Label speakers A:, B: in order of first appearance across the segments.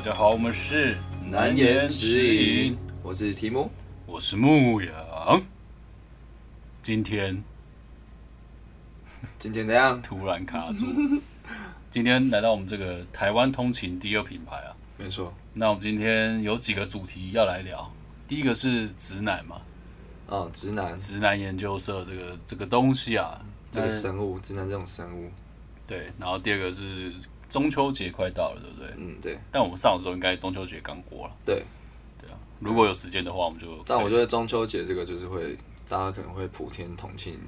A: 家好，我们是
B: 难言之隐，，我是提姆。
A: 我是牧羊。今天
B: 今天怎样？
A: 突然卡住， 今天来到我们这个台湾通勤第二品牌啊。
B: 没错，
A: 那我们今天有几个主题要来聊，第一个是直男嘛，
B: 啊、直男
A: 直男研究社这个这个东西啊，
B: 这个
A: 那
B: 生物，直男这种生物，
A: 对，然后第二个是中秋节快到了，对不对？
B: 嗯，对。
A: 但我们上的时候应该中秋节刚过了。
B: 对，
A: 对啊。如果有时间的话，我们就
B: 但我觉得中秋节这个就是会，大家可能会普天同庆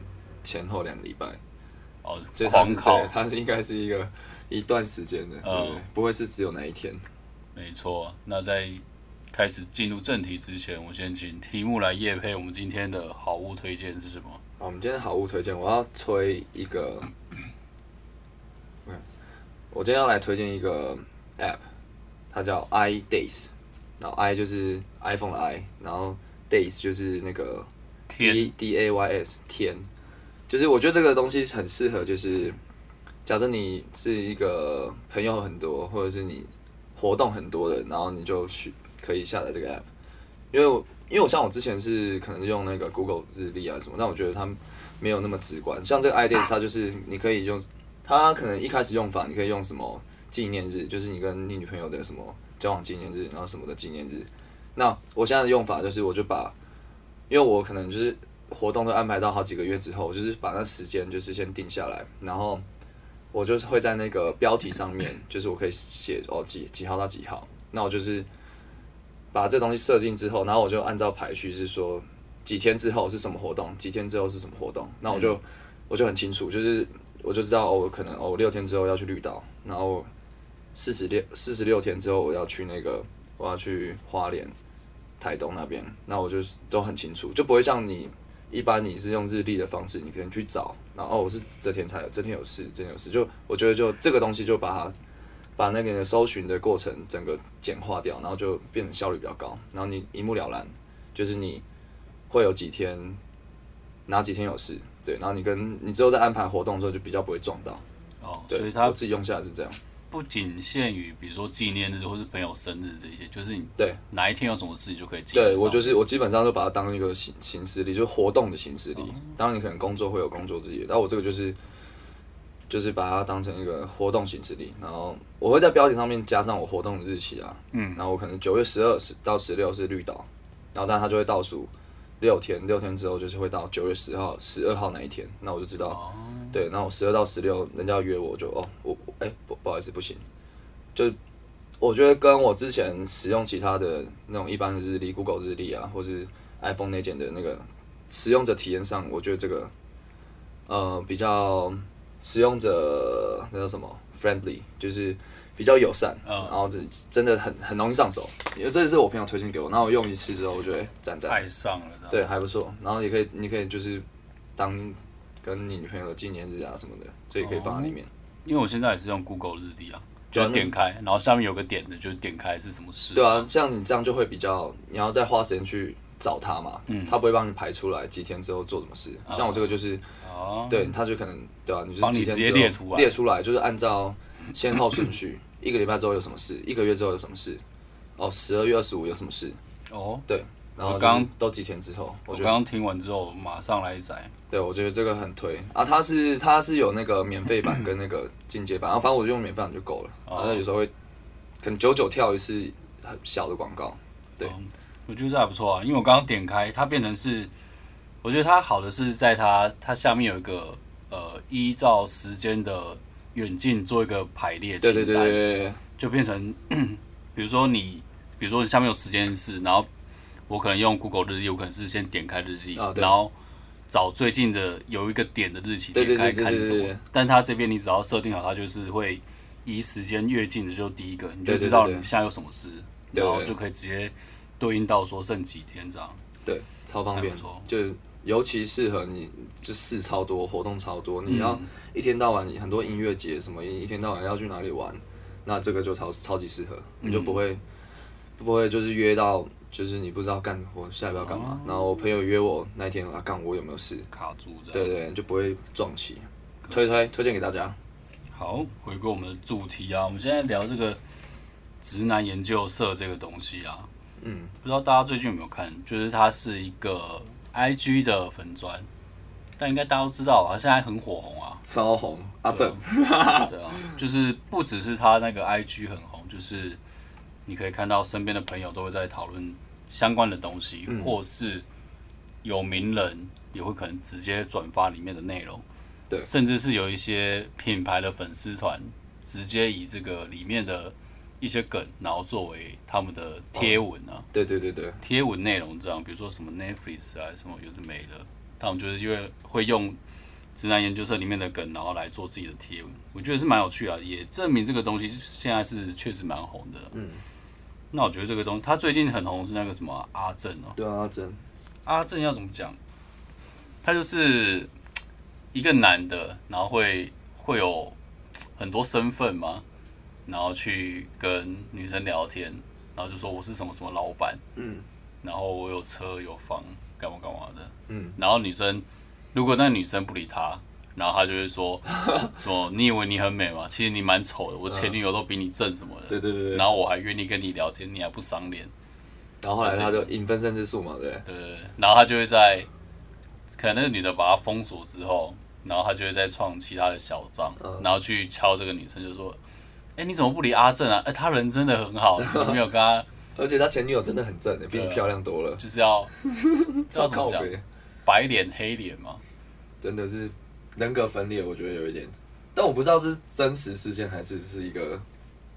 B: 前后两个礼拜，
A: 哦
B: 所以它
A: 狂
B: 是
A: 考
B: 对，，它是应该是一个一段时间的，对不对？不会是只有那一天。
A: 没错。那在开始进入正题之前，我先请题目来夜配我们今天的好物推荐是什么？
B: 好，我们今天好物推荐，我要推一个，嗯，我今天要来推荐一个 app，它叫 iDays，然后 i 就是 iPhone 的 i，然后 days 就是那个 d d a y s 天，就是我觉得这个东西很适合，就是假设你是一个朋友很多，或者是你活动很多的，然后你就去可以下载这个 app，因为我因为我像我之前是可能用那个 Google 日历啊什么，但我觉得它没有那么直观。像这个 iDays，它就是你可以用，它可能一开始用法你可以用什么纪念日，就是你跟你女朋友的什么交往纪念日，然后什么的纪念日。那我现在的用法就是，我就把，因为我可能就是活动都安排到好几个月之后，我就是把那时间就是先定下来，然后我就是会在那个标题上面，就是我可以写哦几几号到几号，那我就是把这东西设定之后，然后我就按照排序是说几天之后是什么活动，几天之后是什么活动，那我就、我就很清楚，就是我就知道哦，我可能哦我六天之后要去绿岛，然后四十六四十六天之后我要去那个我要去花莲、台东那边，那我就是都很清楚，就不会像你一般你是用日历的方式，你可能去找，然后哦我是这天才有，这天有事，这天有事，就我觉得就这个东西就把它把那个搜寻的过程整个简化掉，然后就变得效率比较高，然后你一目了然，就是你会有几天哪几天有事，对，然后你跟你之后在安排活动的时候就比较不会撞到，
A: 哦，
B: 对，
A: 所以它
B: 我自己用下来是这样，
A: 不仅限于比如说纪念日或是朋友生日这些，就是你
B: 对
A: 哪一天有什么事你就可以记得
B: 对
A: 上。
B: 我就是我基本上都把它当一个形形式力，就是活动的形式力，当然你可能工作会有工作自己的，但我这个就是。就是把它当成一个活动形式力，然后我会在标题上面加上我活动的日期啊，嗯，然后我可能九月十二是到十六是绿岛，然后但它就会倒数六天，六天之后就是会到九月十号、十二号那一天，那我就知道，对，那我十二到十六人家要约我我就哦，我我哎、不不好意思不行，就我觉得跟我之前使用其他的那种一般的日历、Google 日历啊，或是 iPhone 内建的那个使用者体验上，我觉得这个呃比较使用者那叫什么 friendly，就是比较友善，然后这真的很很容易上手，因为这是我朋友推荐给我，然后我用一次之后，我觉得哎赞赞，
A: 太上了，这样。
B: 对，还不错，然后也可以你可以就是当跟你女朋友的纪念日啊什么的，这也可以放在里面。
A: 因为我现在也是用 Google 日历啊，就
B: 对啊
A: 要点开，然后下面有个点的，就点开是什么事。
B: 对啊，像你这样就会比较，你要再花时间去找他嘛，
A: 嗯
B: 他不会帮你排出来几天之后做什么事。像我这个就是，
A: 哦，
B: 对，他就可能对啊，你就
A: 帮
B: 是
A: 你
B: 几天
A: 直接
B: 之后
A: 列出来
B: 列出来就是按照先后顺序，一个礼拜之后有什么事，一个月之后有什么事，哦，十二月二十五有什么事，
A: 哦，
B: 对，然后
A: 我刚
B: 就是都几天之后，我
A: 我
B: 觉
A: 刚
B: 得
A: 刚听完之后，马上来载。
B: 对，我觉得这个很推啊，它是它是有那个免费版跟那个进阶版，然后反正我就用免费版就够了，
A: 哦
B: 然后有时候会可能久久跳一次很小的广告，对
A: 嗯我觉得这还不错啊，因为我刚刚点开，它变成是，我觉得它好的是在它它下面有一个呃，依照时间的远近做一个排列清
B: 对
A: 单，
B: 对对对对对。
A: 就变成，比如说你，比如说下面有时间是，然后我可能用 Google 日历，我可能是先点开日历，
B: 啊对
A: 然后找最近的有一个点的日期
B: 对对
A: 点开
B: 对对
A: 看
B: 对
A: 是什
B: 对对
A: 么。但它这边你只要设定好，它就是会依时间越近的就第一个，你
B: 对
A: 就
B: 对
A: 知道
B: 对
A: 你
B: 对
A: 现在有什么事，
B: 对
A: 然后
B: 对
A: 就可以直接对应到说剩几天这样。
B: 对，超方便
A: 还不错，
B: 就尤其适合你，就事超多，活动超多，你要一天到晚很多音乐节什么，一一天到晚要去哪里玩，那这个就超超级适合，你就不会、不会就是约到，就是你不知道干我下一步要干嘛，然后我朋友约我那一天啊干我有没有事，
A: 卡住这样。
B: 对对，就不会撞期，推推推荐给大家，
A: 好，回归我们的主题啊，我们现在聊这个直男研究社这个东西啊，
B: 嗯，
A: 不知道大家最近有没有看，就是它是一个 IG 的粉砖，但应该大家都知道啊，现在很火红啊，
B: 超红阿正，
A: 对啊，就是不只是他那个 IG 很红，就是你可以看到身边的朋友都会在讨论相关的东西，
B: 嗯
A: 或是有名人也会可能直接转发里面的内容，
B: 对
A: 甚至是有一些品牌的粉丝团直接以这个里面的一些梗，然后作为他们的贴
B: 哦
A: 文啊。
B: 对对对对，
A: 贴文内容这样，比如说什么 Netflix 啊，什么有的没的，他们就是因为会用直男研究社里面的梗，然后来做自己的贴文，我觉得是蛮有趣啊，也证明这个东西现在是确实蛮红的。啊
B: 嗯，
A: 那我觉得这个东西，他最近很红是那个什么啊阿正哦、
B: 对啊阿正，
A: 阿正要怎么讲？他就是一个男的，然后会会有很多身份嘛，然后去跟女生聊天，然后就说我是什么什么老板，
B: 嗯，
A: 然后我有车有房，干嘛干嘛的，
B: 嗯，
A: 然后女生如果那女生不理他，然后他就会 说什么你以为你很美吗？其实你蛮丑的，我前女友都比你正什么的，
B: 对对对对，
A: 然后我还愿意跟你聊天，你还不赏脸。
B: 然后后来他就引分身之术嘛，对不对，
A: 对，然后他就会在，可能那个女的把他封锁之后，然后他就会再创其他的小账，
B: 嗯
A: 然后去敲这个女生，就说：“哎、你怎么不理阿正啊？ 哎、他人真的很好，你没有跟他
B: 而且他前女友真的很正，比
A: 对
B: 你
A: 啊
B: 漂亮多了，
A: 就是 要
B: 超
A: 要怎
B: 靠
A: 么讲，
B: 北，
A: 白脸黑脸嘛。
B: 真的是人格分裂，我觉得有一点，但我不知道是真实事件还是是一个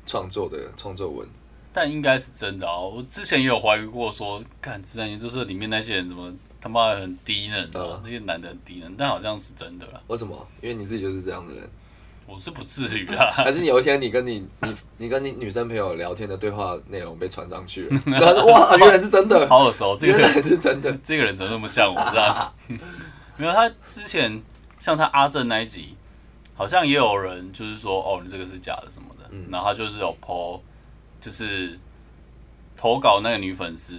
B: 创作的创作文，”
A: 但应该是真的哦。我之前也有怀疑过说，看直男研究社里面那些人怎么他妈的很低能啊
B: 嗯，
A: 这些男的很低能，但好像是真的啦，
B: 为什么？因为你自己就是这样的 人，
A: 我是不至于啊啦。
B: 还是你有一天你跟你你你跟你女生朋友聊天的对话内容被传上去了，然后说哇，原来是真 的，
A: 好耳熟，这
B: 原
A: 个人
B: 来是 真的，
A: 这个人怎么那么像我？这样 没有他之前像他阿正那一集，好像也有人就是说哦，你这个是假的什么的，然后他就是有 po 就是投稿那个女粉丝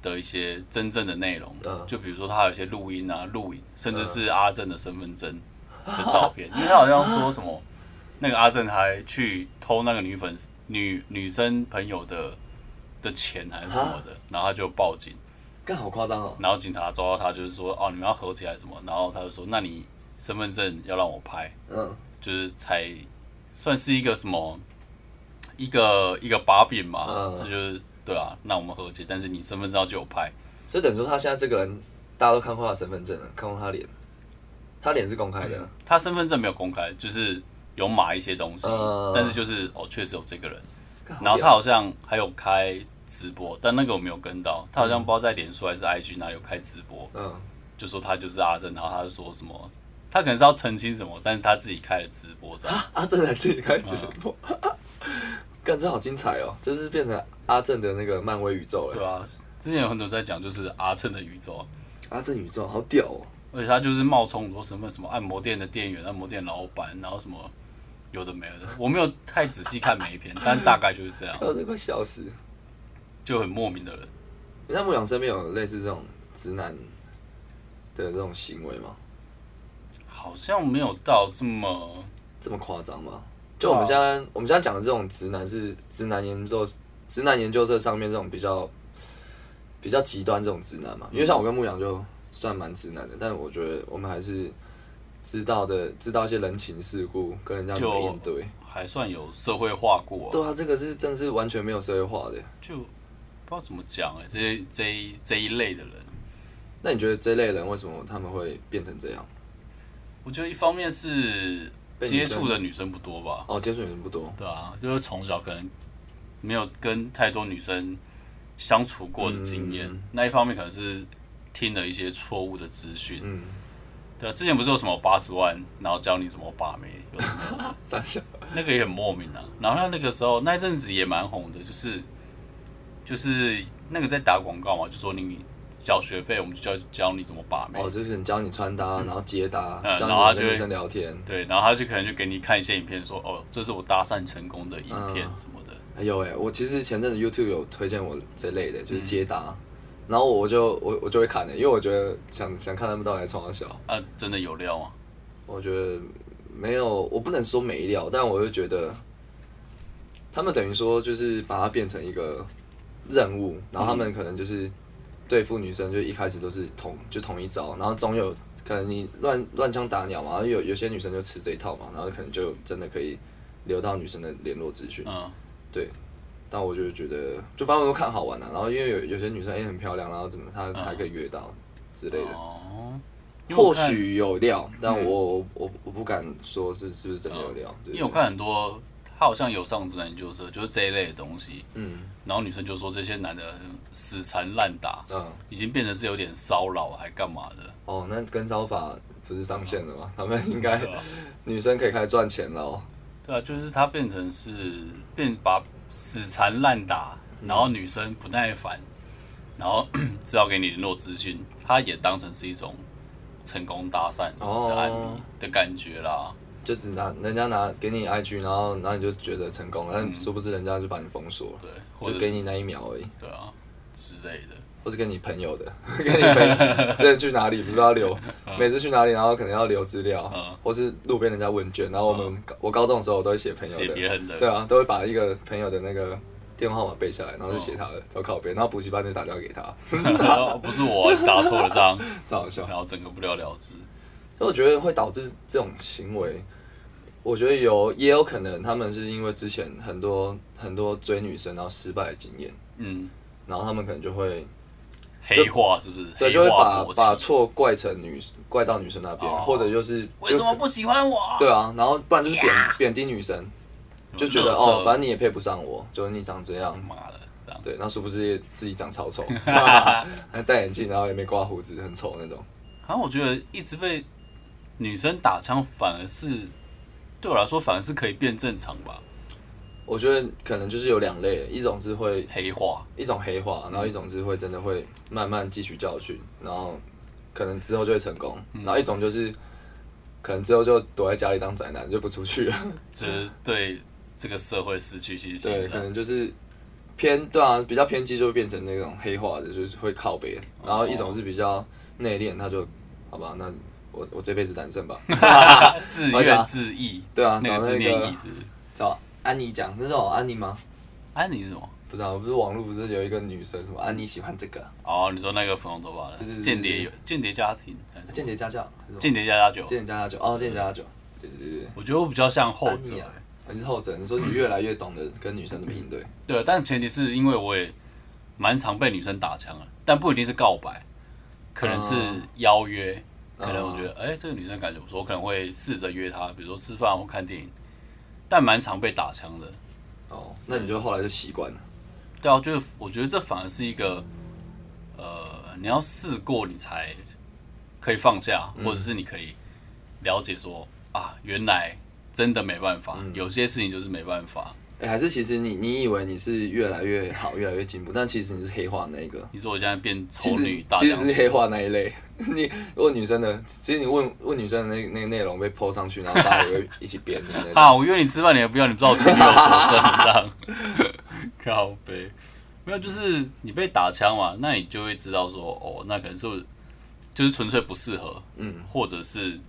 A: 的一些真正的内容，
B: 嗯
A: 就比如说他有一些录音啊、录影，甚至是阿正的身份证的照片，因为他好像说什么那个阿正还去偷那个女粉丝女女生朋友的的钱还是什么的，然后他就报警。
B: 干好夸张哦，
A: 然后警察抓到他，就是说哦，你们要和解还是什么？然后他就说，那你身份证要让我拍，
B: 嗯，
A: 就是才算是一个什么一个一个把柄嘛
B: 嗯，
A: 这、就是对啊。那我们和解，但是你身份证要借我拍，
B: 所以等于说他现在这个人，大家都看过他的身份证了，看过他脸，他脸是公开的，
A: 他身份证没有公开，就是有码一些东西，
B: 嗯
A: 但是就是哦，确实有这个人。
B: 干好
A: 然后他
B: 屌
A: 好像还有开直播，但那个我没有跟到，他好像不知道在脸书还是 IG 哪里有开直播，
B: 嗯，
A: 就说他就是阿正，然后他就说什么，他可能是要澄清什么，但是他自己开了直播这样。
B: 阿啊正还自己开直播， 干这好精彩哦，这是变成阿正的那个漫威宇宙
A: 对
B: 了，
A: 啊，之前有很多人在讲，就是阿正的宇宙，啊
B: 阿正宇宙好屌哦，
A: 而且他就是冒充很多身份，什么按摩店的店员、按摩店老板，然后什么有的没有的，我没有太仔细看每一篇，但大概就是这样，
B: 啊我这快笑死。
A: 就很莫名的人。
B: 那牧羊身边有类似这种直男的这种行为吗？
A: 好像没有到这么
B: 这么夸张吗？就我们现在、我们现在讲的这种直男是直男研究直男研究社上面这种比较比较极端这种直男嘛，因为像我跟牧羊就算蛮直男的，但我觉得我们还是知道的，知道一些人情世故，跟人家怎么
A: 就
B: 应对。
A: 还算有社会化过、
B: 对啊，这个是真的是完全没有社会化的。
A: 就不知道怎么讲哎、欸，这些这一这一类的人。
B: 那你觉得这类人为什么他们会变成这样？
A: 我觉得一方面是
B: 被女
A: 接
B: 生
A: 触的女生不多吧，
B: 哦，接触人不多，
A: 对啊，就是从小可能没有跟太多女生相处过的经验，
B: 嗯
A: 那一方面可能是听了一些错误的资讯。
B: 嗯，
A: 对啊，之前不是有什么八十万，然后教你怎么把妹，有什么
B: 三小，
A: 那个也很莫名啊。然后他那个时候那一阵子也蛮红的，就是就是那个在打广告嘛，就说你缴学费，我们就教教你怎么把妹。
B: 哦，就是你教你穿搭，然后接搭，
A: 嗯然
B: 教
A: 后他
B: 你
A: 就
B: 跟
A: 会
B: 女生聊天，
A: 对，然后他就可能就给你看一些影片说哦，这是我搭讪成功的影片
B: 嗯
A: 什么的。
B: 哎有哎、我其实前阵子 YouTube 有推荐我这类的，
A: 嗯
B: 就是接搭，然后我就我我就会看的、因为我觉得想想看他们到底在冲啥笑，
A: 啊，真的有料吗？
B: 我觉得没有，我不能说没料，但我就觉得他们等于说就是把它变成一个任务，然后他们可能就是对付女生，就一开始都是同就同一招，然后总有可能你乱乱枪打鸟嘛，有有些女生就吃这一套嘛，然后可能就真的可以留到女生的联络资讯。
A: 嗯，
B: 但我就觉得，就反正我都看好玩啊。然后因为有有些女生哎、很漂亮，然后怎么她还可以约到之类的，
A: 哦，因为我
B: 或
A: 看嗯
B: 许有料，但我我我我不敢说是是不是真的有料。对
A: 哦因为我看很多，他好像有上直男研究社，就是这一类的东西。
B: 嗯
A: 然后女生就说这些男的死缠烂打，
B: 嗯
A: 已经变成是有点骚扰，还干嘛的？
B: 哦，那跟骚法不是上线了吗？他们应该
A: 哦对啊
B: 女生可以开始赚钱了哦。
A: 对啊，就是他变成是变把死缠烂打，然后女生不耐烦，然后 只要给你联络资讯，他也当成是一种成功搭讪的案例、
B: 哦
A: 的感觉啦。
B: 就只拿人家拿给你 IG，然后然后你就觉得成功了，但殊不知人家就把你封锁了，
A: 对，嗯或
B: 就
A: 者
B: 给
A: 是
B: 你那一秒而已，
A: 对啊之类的。
B: 或者跟你朋友的， 跟你朋 友之前去哪里不知道留，
A: 哦
B: 每次去哪里然后可能要留资料
A: 嗯，
B: 或是路边人家问卷，然后我们高我高中的时候我都会写朋友
A: 哦写别
B: 的，
A: 人的，
B: 对啊，都会把一个朋友的那个电话号码背下来，然后就写他
A: 哦
B: 的，找靠背，然后补习班就打电话给他，
A: 不是我你打错了章，
B: 超好笑。
A: 然后整个不了了之。
B: 所以我觉得会导致这种行为，我觉得有也有可能他们是因为之前很多很多追女生然后失败的经验，
A: 嗯，
B: 然后他们可能就会
A: 黑化是不是？
B: 对
A: 黑
B: 就会
A: 化
B: 把
A: 国
B: 把
A: 旗。
B: 错怪成女怪到女生那边，
A: 哦
B: 或者就是
A: 为什么
B: 就
A: 不喜欢我？
B: 对啊，然后不然就是贬贬低女生，就觉得
A: 嗯垃圾
B: 哦，反正你也配不上我，就是你长这样。
A: 妈的，这样
B: 对，然后殊不知自己长 超丑， 还戴眼镜，然后也没刮胡子，很丑那种。
A: 好像我觉得一直被女生打枪，反而是对我来说，反而是可以变正常吧。
B: 我觉得可能就是有两类，一种是会
A: 黑化，
B: 一种黑化，然后一种是会真的会慢慢汲取教训，然后可能之后就会成功，
A: 嗯
B: 然后一种就是可能之后就躲在家里当宅男，就不出去了。
A: 就是对这个社会失去信心
B: 对，可
A: 的。
B: 能就是偏对啊，比较偏激就会变成那种黑化的，就是会靠北。
A: 哦
B: 然后一种是比较内敛，他就好吧，那我我这辈子单身吧。
A: 自
B: 而且啊
A: 怨自艾，
B: 对 啊，
A: 那个
B: 找
A: 字
B: 那
A: 念意
B: 个
A: 字。
B: 找安妮啊讲，那种安妮吗？
A: 哎，你是什么？
B: 不知道，不是网络不是有一个女生什么安妮喜欢这个啊
A: 哦，你说那个粉红头发
B: 对对
A: 的
B: 对
A: 间谍
B: 对
A: 有间谍家庭还是什么，
B: 间谍家教还是什么
A: 间谍家家酒？
B: 间谍家教酒哦，间谍家教酒，对对对对。
A: 我觉得我比较像后
B: 安
A: 者
B: 妮。啊，你是后者，你说
A: 嗯
B: 你越来越懂得跟女生怎么应对，
A: 对，啊但前提是因为我也蛮常被女生打枪的，但不一定是告白，可能是
B: 啊
A: 邀约，可能我觉得哎、这个女生感觉不错，我可能会试着约她，比如说吃饭或看电影，但蛮常被打枪的。
B: 哦，那你就后来就习惯了，
A: 对啊，就是我觉得这反而是一个，呃，你要试过你才可以放下，或
B: 嗯
A: 者是你可以了解说啊，原来真的没办
B: 嗯
A: 法，有些事情就是没办法。
B: 哎、还是其实你你以为你是越来越好，越来越进步，但其实你是黑化那一个，
A: 你说我现在变丑
B: 其
A: 女
B: 实
A: 大
B: 其
A: 将
B: 实是
A: 军，
B: 黑化那一类。 你问女生的，其实你问问女生的那那个内容被 PO 上去，然后大家也会一起扁你那种。
A: 啊，我约你吃饭你也不要，你不知道我前女友多正常， 靠背，没有，就是你被打枪嘛，那你就会知道说，哦，那可能是就是纯粹不适合，
B: 嗯，
A: 或者是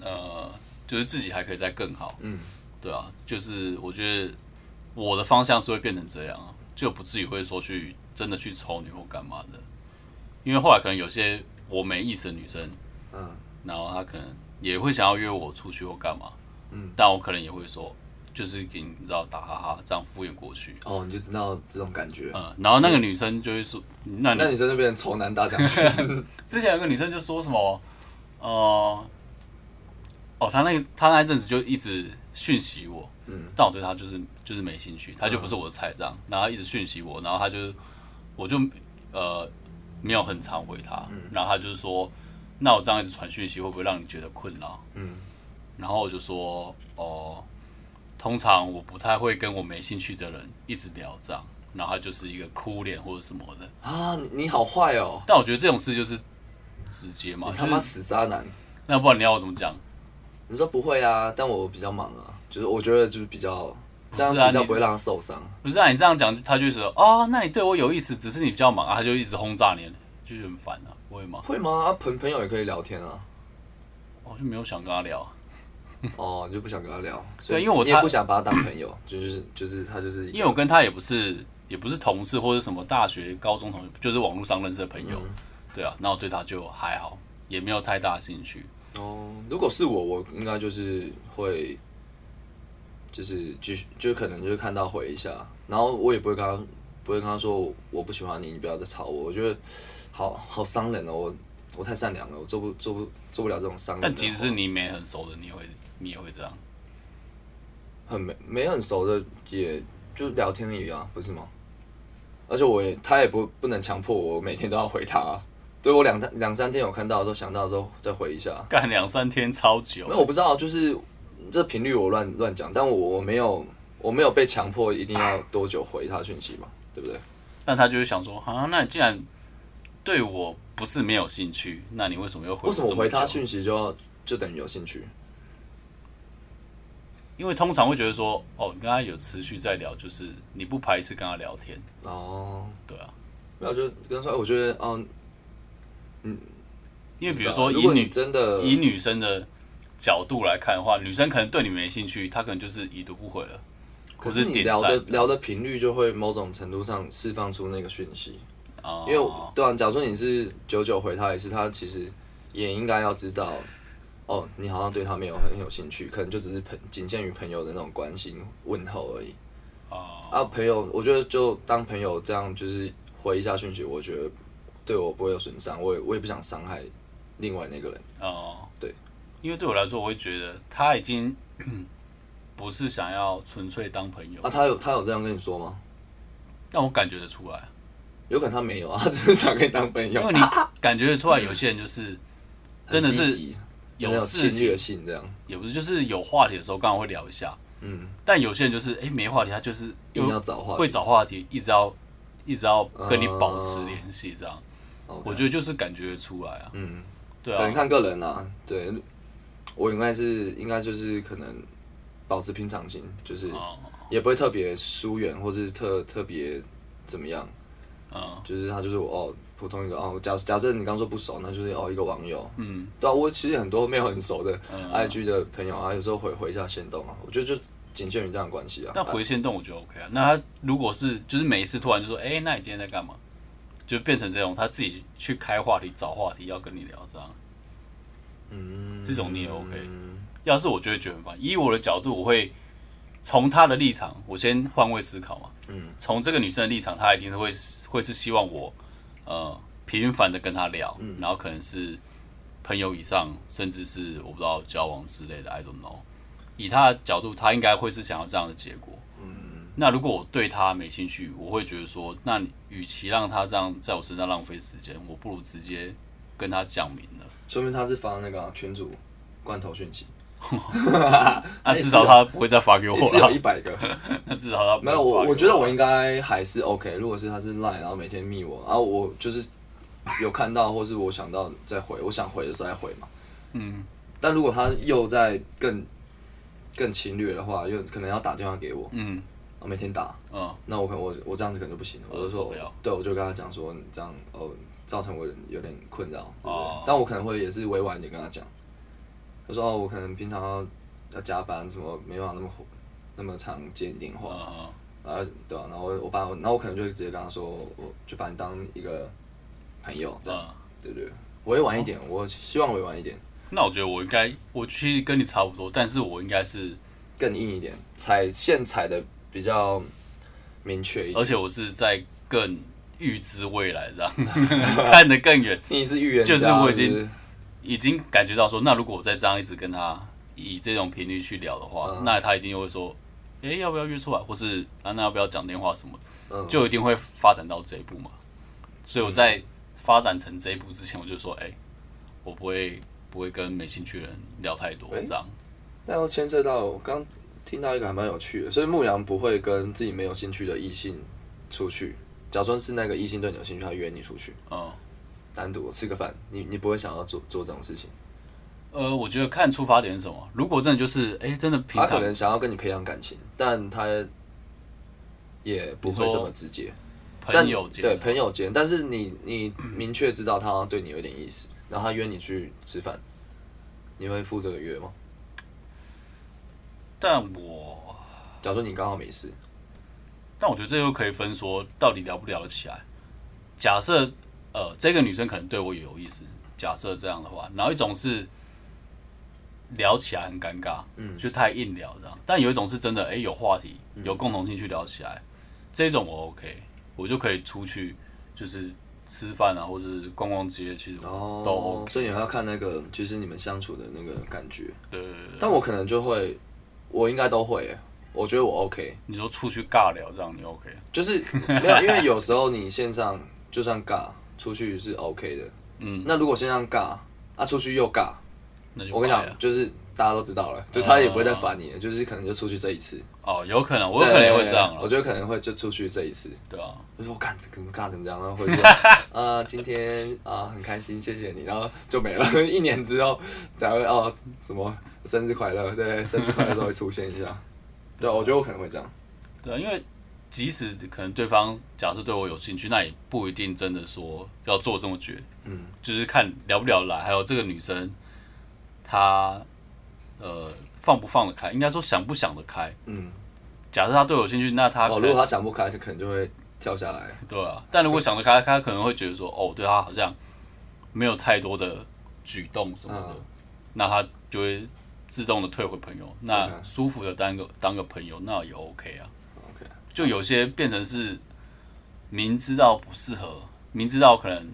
A: 呃，就是自己还可以再更好，
B: 嗯，
A: 对啊，就是我觉得我的方向是会变成这样啊，就不至于会说去真的去丑女或干嘛的，因为后来可能有些我没意思的女生，
B: 嗯，
A: 然后他可能也会想要约我出去或干嘛，
B: 嗯，
A: 但我可能也会说，就是给你你知道打哈哈这样敷衍过去，
B: 哦，你就知道这种感觉。
A: 嗯，然后那个女生就会说，那
B: 那
A: 你
B: 女生就变成丑男大奖去，
A: 之前有个女生就说什么，呃，哦，她那她那一阵子就一直讯息我，
B: 嗯，
A: 但我对她就是就是没兴趣，她就不是我的菜这样，然后她一直讯息我，然后她就我就呃没有很常回她，然后她就是说，那我这样一直传讯息会不会让你觉得困扰？
B: 嗯，
A: 然后我就说，哦，通常我不太会跟我没兴趣的人一直聊这样，然后她就是一个哭脸或者什么的，
B: 啊！你你好坏哦，
A: 但我觉得这种事就是。直接嘛，
B: 你他
A: 就
B: 妈
A: 是
B: 死渣男！
A: 那不然你要我怎么讲？
B: 你说不会啊，但我比较忙啊，就是我觉得就是比较这样
A: 是啊
B: 比较
A: 你
B: 不会让他受伤。
A: 不是啊，你这样讲，他就会说哦，那你对我有意思，只是你比较忙啊，他就一直轰炸你，就是很烦啊，不会吗？哦
B: 会吗？啊，朋朋友也可以聊天啊。
A: 我就没有想跟他聊，
B: 哦，你就不想跟他聊，所以
A: 因为我
B: 你也
A: 他
B: 不想把他当朋友，就是就是他就是一个
A: 因为我跟他也不是也不是同事或者什么大学、高中同学，就是网络上认识的朋友，
B: 嗯
A: 对啊，那我对他就还好，也没有太大兴趣。
B: 哦，如果是我，我应该就是会，就是继续，就可能就是看到回一下，然后我也不会跟他，不会跟他说我不喜欢你，你不要再吵我。我觉得好好伤人哦，我我太善良了，我做不做不做不了这种伤人的
A: 但
B: 话。
A: 即使是你没很熟的，你也会你也会这样。
B: 很没没很熟的，也就聊天而已啊，不是吗？而且我也他也不不能强迫我每天都要回他、对我两三两三天有看到的时候想到的时候再回一下。
A: 干两三天超
B: 没
A: 久，
B: 有，我不知道，就是这频率我乱乱讲，但我我没有我没有被强迫一定要多久回他讯息嘛，对不对？
A: 但他就会想说，啊，那你既然对我不是没有兴趣，那你为什么又回
B: 为
A: 我
B: 什
A: 这
B: 么
A: 么
B: 我回他
A: 久
B: 讯息就要就等于有兴趣？
A: 因为通常会觉得说，哦，你跟他有持续在聊，就是你不排斥跟他聊天，
B: 哦，
A: 对啊，
B: 没有，就跟他说，哎我觉得，嗯，
A: 因为比如
B: 不知道
A: 说
B: 啊如
A: 以
B: 果你呃
A: 女
B: 真的
A: 以女生的角度来看的话，女生可能对你没兴趣，她可能就是已读不回了，
B: 可
A: 是
B: 是你
A: 点
B: 聊的
A: 赞
B: 聊的频率就会某种程度上释放出那个讯息，
A: 啊，
B: 因为对啊，假如说你是久久回他一次，他其实也应该要知道，哦，你好像对他没有很有兴趣，可能就只是朋仅限于朋友的那种关心问候而已。
A: 啊
B: 啊，朋友，我觉得就当朋友这样，就是回一下讯息，我觉得对我不会有损伤，我也我也不想伤害另外那个人。
A: 哦，
B: 对，
A: 因为对我来说，我会觉得他已经 不是想要纯粹当朋友
B: 啊，，他有他有这样跟你说吗？
A: 但我感觉得出来，
B: 有可能他没有啊， 他只是想跟你当朋友
A: 因为，你感觉得出来，有些人 就是真的
B: 很积
A: 是
B: 极很
A: 有
B: 有
A: 事
B: 侵略
A: 情，
B: 性这样。
A: 也不是就是有话题的时候，刚好会聊一下，
B: 嗯，
A: 但有些人就是哎、诶没话题，他就是
B: 一定要找话题
A: 会找话题，一直要一直要跟你保持联系，这样、
B: 嗯 OK
A: 我觉得就是感觉得出来啊，
B: 嗯，
A: 对
B: 可能
A: 啊，
B: 看个人啦、啊。对，我应该是应该就是可能保持平常心，就是
A: 哦
B: 也不会特别疏远或是特特别怎么样。
A: 嗯
B: 就是他就是我哦，普通一个哦，假假设你刚说不熟，那就是哦一个网友，
A: 嗯，
B: 对啊，我其实很多没有很熟的
A: 嗯
B: IG 的朋友啊，有时候回回一下线动啊，我觉得就仅限于这样的关系啊。
A: 但回线动我觉得 OK 啊。那他如果是就是每一次突然就说，哎、那你今天在干嘛？就变成这种他自己去开话题找话题要跟你聊这样，
B: 嗯
A: 这种你也 OK
B: 嗯
A: 要是我就会觉得很烦。以我的角度，我会从他的立场，我先换位思考嘛。
B: 嗯，
A: 从这个女生的立场，她一定是会会是希望我呃频繁的跟她聊，
B: 嗯
A: 然后可能是朋友以上，甚至是我不知道交往之类的，I don't know。以她的角度，她应该会是想要这样的结果。嗯，那如果我对她没兴趣，我会觉得说，那你与其让她这样在我身上浪费时间，我不如直接跟她讲明了。
B: 说明他是发那个、啊、群主罐头讯息，哎
A: 那至
B: 啊
A: 少她不会再发给我
B: 一次有
A: 了
B: 一。百个，
A: 那至少她不会
B: 啊没有我
A: 发给
B: 我觉得我应该还是 OK，如果是他是 Line，然后每天密我，然后我就是有看到或是我想到再回，我想回的时候再回嘛。
A: 嗯，
B: 但如果他又在更更侵略的话，又可能要打电话给我，
A: 嗯
B: 我每天打，
A: 嗯
B: 那我可能我我这样子可能就不行了，
A: 我
B: 我就
A: 受
B: 说
A: 不了，
B: 对，我就跟他讲说你这样哦，造成我有点困扰，对不对？
A: 哦
B: 但我可能会也是委婉一点跟他讲，他说哦，我可能平常要要加班，什么没办法那么那么常接你电话，
A: 嗯
B: 然后对啊吧、然后我把我，然后我可能就直接跟他说，我就把你当一个朋友，这样、
A: 嗯。
B: 对不对？委婉一点，我希望委婉一点，
A: 那我觉得我应该，我其实跟你差不多，但是我应该是，
B: 更硬一点，踩线踩的比较明确一点。
A: 而且我是在更预知未来这样， 看得更远，
B: 你是预言家，
A: 就是我已经
B: 是不是
A: 已经感觉到说，那如果我再这样一直跟他以这种频率去聊的话，
B: 嗯
A: 那他一定会说，诶，要不要约出来，或是啊，那要不要讲电话什么的，
B: 嗯
A: 就一定会发展到这一步嘛。所以我在发展成这一步之前，我就说，诶，我不会不会跟没兴趣的人聊太多
B: 诶
A: 这样。
B: 那又牵涉到我刚听到一个还蛮有趣的，所以牧羊不会跟自己没有兴趣的异性出去。假装是那个异性对你有兴趣，他约你出去
A: 嗯，
B: 单独吃个饭，你你不会想要做做这种事情。
A: 呃，我觉得看出发点是什么。如果真的就是，诶，真的平
B: 他可
A: 常
B: 能想要跟你培养感情，但他也不会
A: 你
B: 这
A: 说
B: 么直接。但
A: 朋友间
B: 对朋友间，但是你你明确知道他好像对你有点意思，然后他约你去吃饭，你会赴这个约吗？
A: 但我
B: 假如说你刚好没事，
A: 但我觉得这又可以分说，到底聊不聊得起来。假设呃，这个女生可能对我有意思，假设这样的话，然后一种是聊起来很尴尬，嗯，就太硬聊这样。但有一种是真的，哎、有话题，
B: 嗯
A: 有共同兴趣聊起来，这种我 OK，我就可以出去，就是吃饭啊，或是逛逛街，其实我哦
B: 哦
A: 都 OK。
B: 所以你要看那个，就是你们相处的那个感觉。
A: 对对对对
B: 但我可能就会，我应该都会耶，我觉得我 OK，
A: 你说出去尬聊这样，你 OK？
B: 就是没有，因为有时候你线上就算尬，出去是 OK 的，嗯，那如果线上尬，啊出去又尬，
A: 那就
B: 我跟你
A: 拜了
B: 讲，就是大家都知道了，就他也不会再烦你了，就是可能就出去这一次，
A: 哦，有可能，我有哦可能也会这样啊
B: 对
A: 了
B: 我，觉得可能会就出去这一次，
A: 对啊，
B: 我说我干怎么尬成这样，然后回 去呃今天啊、很开心，谢谢你，然后就没了， 一年之后才会哦什么生日快乐，对，生日快乐的时候会出现一下，对，我觉得我可能会这样。
A: 对啊，因为即使可能对方假设对我有兴趣，那也不一定真的说要做这么绝，
B: 嗯，
A: 就是看聊不聊得来，还有这个女生她呃放不放得开，应该说想不想得开。
B: 嗯，
A: 假设她对我有兴趣，那她可
B: 哦，如果
A: 能
B: 他想不开，就可能就会跳下来。
A: 对啊，但如果想得开，她可能会觉得说，哦，我对她好像没有太多的举动什么的，
B: 嗯
A: 那她就会自动的退回朋友，那
B: OK
A: 舒服的当个当个朋友，那也 OK 啊。
B: OK，
A: 就有些变成是明知道不适合，明知道可能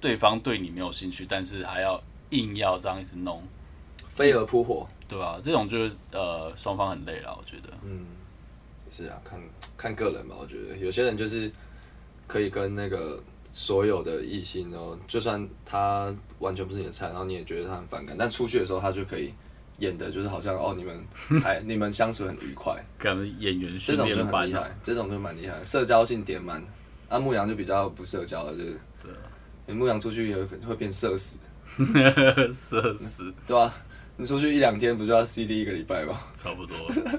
A: 对方对你没有兴趣，但是还要硬要这样一直弄，
B: 飞蛾扑火。
A: 对吧、这种就是呃双方很累了，我觉得。
B: 嗯，是啊，看看个人吧。我觉得有些人就是可以跟那个所有的异性哦，就算他完全不是你的菜，然后你也觉得他很反感，但出去的时候他就可以演的，就是好像哦，你们 还你们相处很愉 快，
A: 可能演员
B: 这
A: 训
B: 种就
A: 练
B: 很
A: 班
B: 厉
A: 啊，
B: 害，这种就蛮厉害，社交性点满。啊，牧羊就比较不社交了，就是
A: 对啊，
B: 你牧羊出去有可能会变社死，
A: 社死
B: 对吧、你出去一两天不就要 CD 一个礼拜吗？
A: 差不多。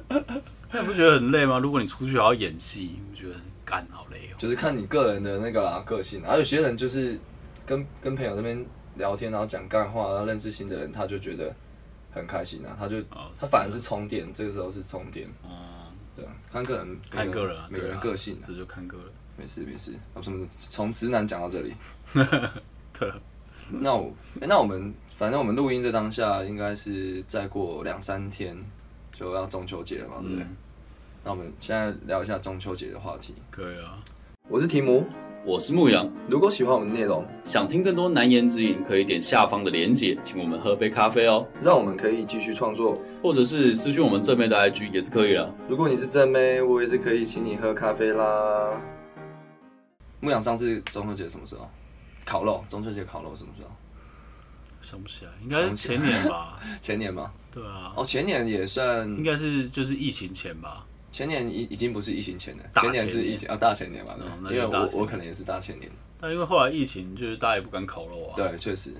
A: 那你不觉得很累吗？如果你出去还要演戏，你不觉得干好累哦？
B: 就是看你个人的那个啦个性啊，而有些人就是跟跟朋友那边聊天，然后讲干话，然后认识新的人，他就觉得很开心啊，他就
A: 哦
B: 他反而是充电，这个时候是充电，
A: 嗯，
B: 对啊，看个人，
A: 看个人啊，
B: 每个
A: 对
B: 人
A: 啊
B: 个性啊，
A: 这就看个人。
B: 没事没事，啊，什么从直男讲到这里，
A: 对，
B: 那我、诶那我们反正我们录音这当下应该是再过两三天就要中秋节了嘛，对不对？
A: 嗯，
B: 那我们现在聊一下中秋节的话题，
A: 可以啊。
B: 我是提姆，
A: 我是牧羊。
B: 如果喜欢我们的内容，
A: 想听更多难言之隐，可以点下方的连结，请我们喝杯咖啡哦，
B: 让我们可以继续创作。
A: 或者是私讯我们正面的 IG 也是可以的。
B: 如果你是正妹，我也是可以请你喝咖啡啦。牧羊上次中秋节什么时候？烤肉，中秋节烤肉什么时候？
A: 想不起来，应该是前年吧？
B: 前年吗？
A: 对啊，
B: 哦，前年也算，
A: 应该是就是疫情前吧。
B: 前年已已经不是疫情前了，
A: 大
B: 前
A: 前年
B: 年是疫情啊，大前年嘛，对吧
A: 哦那就
B: 因为
A: 大前
B: 我
A: 年
B: 我可能也是大前年，
A: 但因为后来疫情，就是大家也不敢烤肉啊。
B: 对，确实。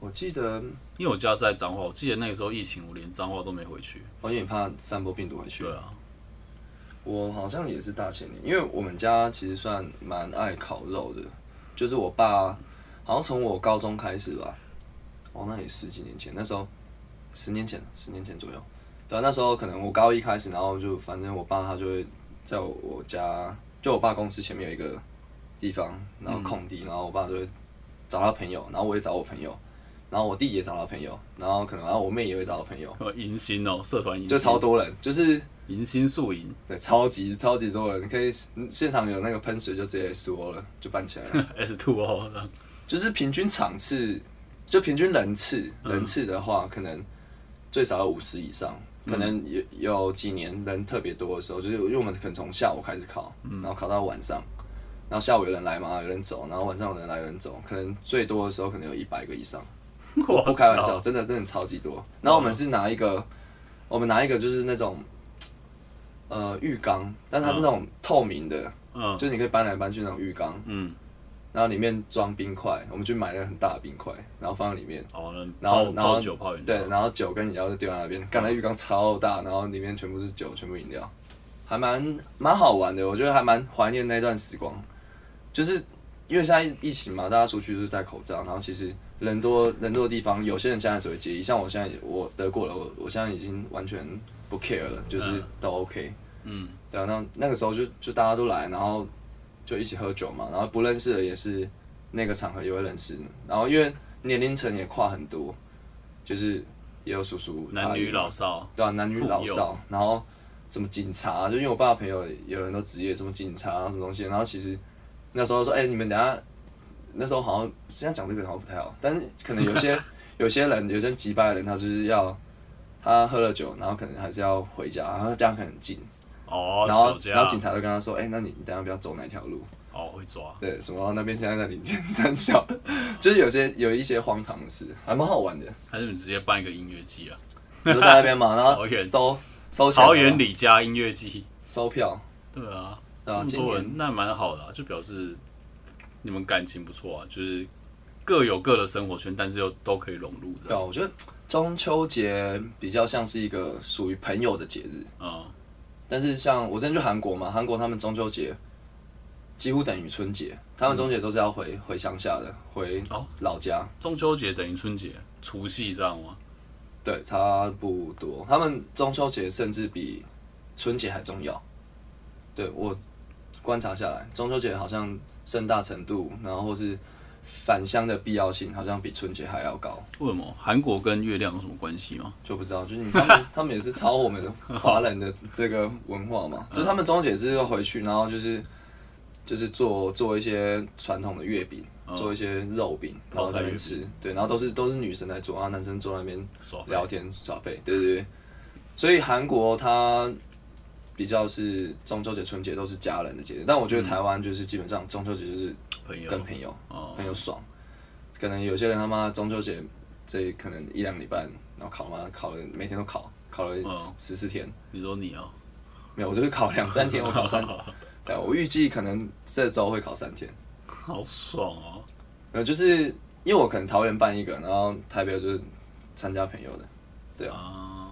B: 我记得，
A: 因为我家是在彰化，我记得那个时候疫情，我连彰化都没回去。
B: 我有点怕散播病毒回去
A: 对。啊，
B: 我好像也是大前年，因为我们家其实算蛮爱烤肉的，就是我爸好像从我高中开始吧，哦，那也十几年前，那时候十年前，十年前左右，对啊、那时候可能我高一开始，然后就反正我爸他就会在我我家，就我爸公司前面有一个地方，然后空地，然后我爸就会找他朋友，然后我也找我朋友，然后我弟也找他朋友，然后可能然后我妹也会找我朋友，
A: 呃，迎新哦，社团迎新，
B: 就超多人，就是。
A: 迎新宿营，
B: 对，超级超级多人，可以嗯现场有那个喷水就直接说了，就办起来 了。
A: S two 哦，这样
B: 就是平均场次，就平均人次，人次的话，可能最少有五十以上。可能有有几年人特别多的时候，就是因为我们可能从下午开始考，然后考到晚上，然后下午有人来嘛，有人走，然后晚上有人来，有人走，可能最多的时候可能有一百个以上。
A: 我
B: 不开玩
A: 操
B: 笑，真的真的超级多。然后我们
A: 嗯
B: 是拿一个，我们拿一个就是那种，呃，浴缸，但它是那种透明的，
A: 嗯
B: 就是你可以搬来搬去那种浴缸，
A: 嗯，
B: 然后里面装冰块，我们去买了很大的冰块，然后放在里面，
A: 好，哦那
B: 然后
A: 泡
B: 然后
A: 泡酒泡饮料
B: 对，然后酒跟饮料就丢在那边，干那浴缸超大，然后里面全部是酒，全部饮料，还蛮蛮好玩的，我觉得还蛮怀念那段时光，就是因为现在疫情嘛，大家出去都是戴口罩，然后其实人多人多的地方，有些人现在只会介意，像我现在也我得过了，我我现在已经完全不 care 了，就是都 OK。
A: 嗯，
B: 对啊，那那个时候就就大家都来，然后就一起喝酒嘛，然后不认识的也是那个场合也会认识，然后因为年龄层也跨很多，就是也有叔叔、
A: 男
B: 阿
A: 女
B: 姨
A: 老少，
B: 对啊，男女老
A: 妇幼
B: 少，然后什么警察，就因为我爸的朋友有人都职业什么警察啊什么东西，然后其实那时候说，哎、你们等一下，那时候好像现在讲这个好像不太好，但是可能有些 有些人有些击败的人，他就是要他喝了酒，然后可能还是要回家，然后家可能很近，
A: 哦，
B: 然后
A: 酒驾
B: 然后警察就跟他说，哎、那你你等一下不要走哪条路，
A: 哦会抓，
B: 对，什么那边现在在林间三小， 就是有些有一些荒唐的事，还蛮好玩的，
A: 还是你直接办一个音乐季啊？
B: 你就在那 边嘛，然后
A: 桃园
B: 收收钱
A: 桃园
B: 嘛
A: 李家音乐季，
B: 收票，
A: 对啊，
B: 对啊，
A: 这
B: 今
A: 么多
B: 年。
A: 人，那蛮好的、啊，就表示你们感情不错啊，就是各有各的生活圈，但是又都可以融入
B: 对
A: 的
B: 啊，我觉得中秋节比较像是一个属于朋友的节日，
A: 啊、
B: 但是像我之前去韩国嘛，韩国他们中秋节几乎等于春节，他们中秋节都是要回回乡下的，回
A: 哦
B: 老家，
A: 中秋节等于春节，除夕这样吗？
B: 对，差不多。他们中秋节甚至比春节还重要。对我观察下来，中秋节好像盛大程度，然后或是返乡的必要性，好像比春节还要高。
A: 为什么韩国跟月亮有什么关系吗？
B: 就不知道，就是你他们他们也是抄我们的华人的这个文化嘛，就是他们中秋节是要回去，然后就是就是做做一些传统的月饼，做一些肉饼，然后在那边吃，对，然后都是都是女生在做，然后男生坐在那边
A: 爽，
B: 聊天耍废，对对对，所以韩国它比较是中秋节、春节都是家人的节日，但我觉得台湾就是基本上中秋节就是
A: 朋友
B: 跟朋友
A: 哦，
B: 嗯很有啊爽。可能有些人他妈中秋节这可能一两礼拜，然后考嘛考了，每天都考，考了
A: 嗯
B: 十四天，
A: 你说你哦，
B: 没有，我就是考两三天，我考 三，对，啊我预计可能这周会考三天。
A: 好爽哦，
B: 呃，就是因为我可能桃园办一个，然后台北就是参加朋友的，对
A: 啊，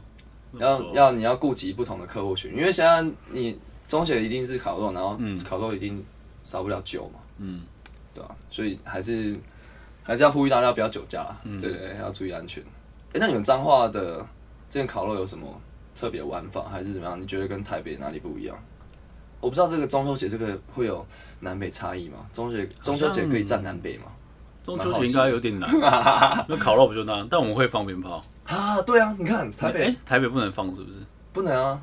A: 那不
B: 要
A: 错
B: 要你要顾及不同的客户群，因为现在你中学一定是烤肉，然后烤肉一定少不了酒嘛，
A: 嗯，
B: 对吧、所以还是还是要呼吁大家不要酒驾啦，
A: 嗯
B: 对对对，要注意安全。哎、那你们彰化的这个烤肉有什么特别玩法，还是怎么样？你觉得跟台北哪里不一样？我不知道这个中秋节这个会有南北差异吗？中秋节中秋节可以站南北吗？
A: 中秋节应该有点 难，那烤肉不就那样？但我们会放鞭炮，
B: 啊，对啊，你看台北、
A: 哎台北不能放是不是？
B: 不能啊，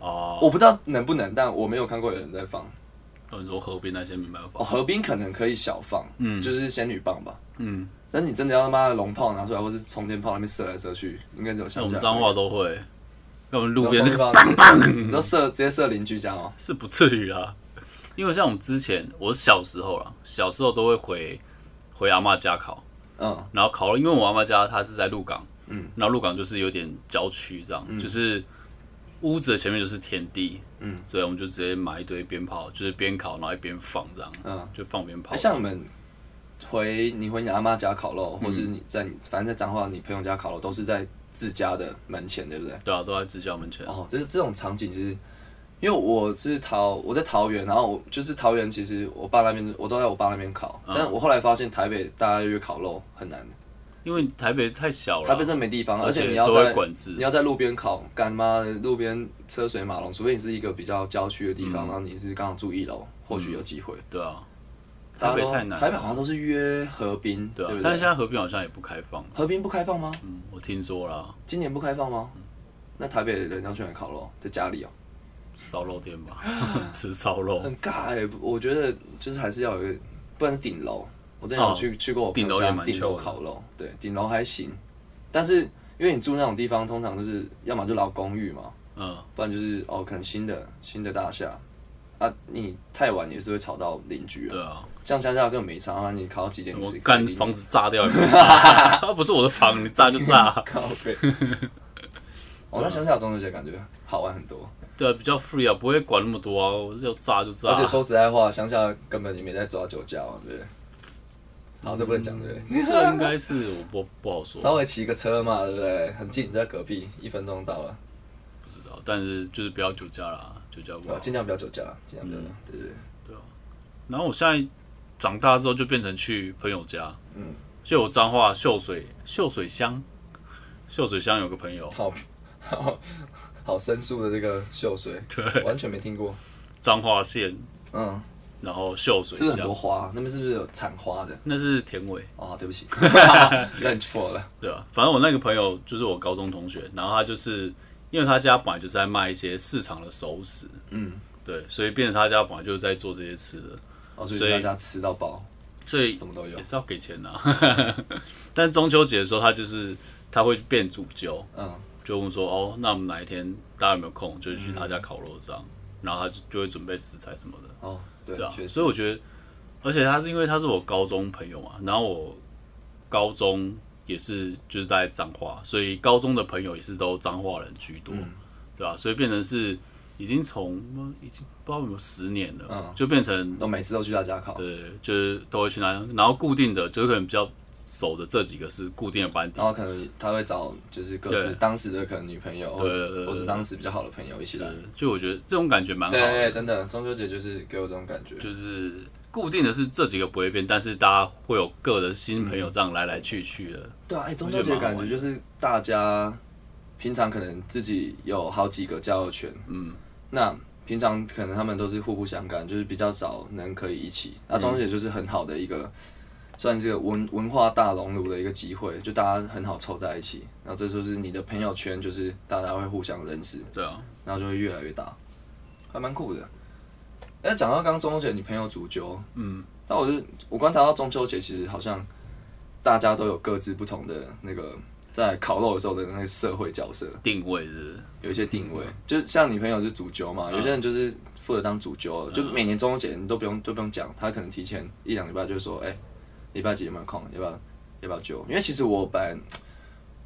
A: 哦，
B: 我不知道能不能，但我没有看过有人在放。
A: 那你说河边那些没办法，
B: 哦，河滨可能可以小放，
A: 嗯
B: 就是仙女棒吧。
A: 嗯，
B: 但是你真的要他妈的龙炮拿出来，或是冲天炮那边射来射去，应该只有
A: 像
B: 乡
A: 我们
B: 下人。
A: 彰化都会，那我们路边那
B: 啊然
A: 个
B: 后冲天炮直接射，你说射直接射邻居家哦。
A: 是不至于啦，因为像我们之前，我小时候啦，小时候都会回回阿嬷家烤，
B: 嗯，
A: 然后烤肉，因为我阿嬷家她是在鹿港，
B: 嗯，
A: 然后鹿港就是有点郊区这样，就是屋子的前面就是田地，
B: 嗯，
A: 所以我们就直接买一堆鞭炮，就是边烤然后一边放这样，
B: 嗯，
A: 就放鞭炮
B: 哎，，像你们回你回你阿妈家烤肉，或是你在你反正在彰化你朋友家烤肉，都是在自家的门前，对不对？
A: 对啊，都在自家门前，
B: 哦，这这种场景其实，因为我是桃，我在桃园，然后我就是桃园，其实我爸那边我都在我爸那边烤，
A: 啊
B: 但我后来发现台北大家约烤肉很难，
A: 因为台北太小了，
B: 台北真的没地方，而
A: 而
B: 且
A: 且
B: 你要
A: 都会
B: 在
A: 管制
B: 你，要在路边烤，干妈的路边车水马龙，除非你是一个比较郊区的地
A: 嗯
B: 方，然后你是刚好住一楼，或许有机会。
A: 对啊，
B: 大
A: 台
B: 家
A: 北
B: 都
A: 太难，
B: 台北好像都是约河滨，
A: 对
B: 对
A: 啊
B: 不，
A: 但是
B: 对
A: 现？在河边好像也不开放，
B: 河滨不开放吗？
A: 嗯，我听说啦，
B: 今年不开放吗？那台北人要去哪里烤肉？在家里哦、
A: 烧肉店 吧，吃烧肉，
B: 很尬哎、我觉得就是还是要有一个，不然顶楼。我之前有去、去过我朋友
A: 哦顶楼也
B: 家
A: 蛮
B: 顶楼
A: chill 的
B: 烤肉，对，顶楼还行，但是因为你住那种地方，通常就是要么就老公寓嘛，
A: 嗯，
B: 不然就是哦可能新的新的大厦啊，你太晚也是会吵到邻居啊。
A: 对啊，
B: 像乡下根本没差啊，你烤到几点？
A: 我
B: 谁
A: 干
B: 谁理你
A: 房子炸掉也 不炸，不是我的房，你炸就炸，
B: 靠背。
A: 啊
B: 哦，那乡下中秋节感觉好玩很多，
A: 对啊，比较 free 啊，不会管那么多啊，我要炸就炸啊
B: 而，且说实在话，乡下根本也没在抓酒驾嘛，对不对？好，这不能讲对 不对？
A: 这应该是我不不好说，
B: 稍微骑个车嘛，对不对？很近，在隔壁，一分钟到了。
A: 不知道，但是就是不要酒驾啦，酒驾不
B: 对吧
A: 好。
B: 尽量不要酒驾，尽量不要
A: 嗯
B: 酒驾，对对对。
A: 然后我现在长大之后就变成去朋友家，
B: 嗯，
A: 就有彰化秀水秀水乡，秀水乡有个朋友
B: 好好好生疏的这个秀水，
A: 对
B: 完全没听过。
A: 彰化县，
B: 嗯，
A: 然后秀水
B: 是不是很
A: 乡
B: 多，花？那边是不是有产花的？
A: 那是田尾。
B: 哦，对 不起， 认错了。
A: 对啊，反正我那个朋友就是我高中同学，然后他就是因为他家本来就是在卖一些市场的熟食，
B: 嗯，
A: 对，所以变成他家本来就是在做这些吃的，
B: 哦，所
A: 所以
B: 以大家吃到饱，
A: 所以
B: 什么都有
A: 也。是要给钱的、啊。 但中秋节的时候，他就是他会变主揪，
B: 嗯，
A: 就问说哦，那我们哪一天大家有没有空，就是去他家烤肉这样，然后他就就会准备食材什么的，
B: 哦，对
A: 对啊，，
B: 确实
A: 所以我觉得，而且他是因为他是我高中朋友嘛，然后我高中也是就是待在彰化，所以高中的朋友也是都彰化人居多，
B: 嗯
A: 对吧、啊所以变成是已经从嗯已经不知道有没有十年了，
B: 嗯
A: 就变成
B: 都每次都去他家烤。
A: 对，就是都会去那，然后固定的就是可能比较熟的这几个是固定的班底，
B: 然后可能他会找就是各自
A: 对
B: 当时的可能女朋友，
A: 对对对对
B: 或是当时比较好的朋友一起来
A: 呃。就我觉得这种感觉蛮好
B: 对
A: 的，
B: 真的中秋节就是给我这种感觉。
A: 就是固定的是这几个不会变，但是大家会有各的新朋
B: 嗯
A: 友这样来来去去的。
B: 对啊，哎、中
A: 我觉
B: 秋
A: 得
B: 节
A: 蛮好
B: 感觉
A: 玩
B: 就是大家平常可能自己有好几个交友圈，
A: 嗯，
B: 那平常可能他们都是互不相干，就是比较少能可以一起。那
A: 嗯
B: 中秋节就是很好的一个，算是个文文化大熔炉的一个机会，就大家很好凑在一起。然后这就是你的朋友圈，就是大家会互相认识，
A: 对啊，
B: 然后就会越来越大，还蛮酷的。那讲到刚刚中秋节，你朋友煮酒，
A: 嗯，
B: 那我就我观察到中秋节其实好像大家都有各自不同的那个在烤肉的时候的那个社会角色，
A: 定位是不是
B: 有一些定位，就像你朋友是主揪嘛，有些人就是负责当主揪，就每年中秋节你都不用都不用讲，他可能提前一两礼拜就说，哎、礼拜几有没有空，要不要要不要揪？因为其实我本来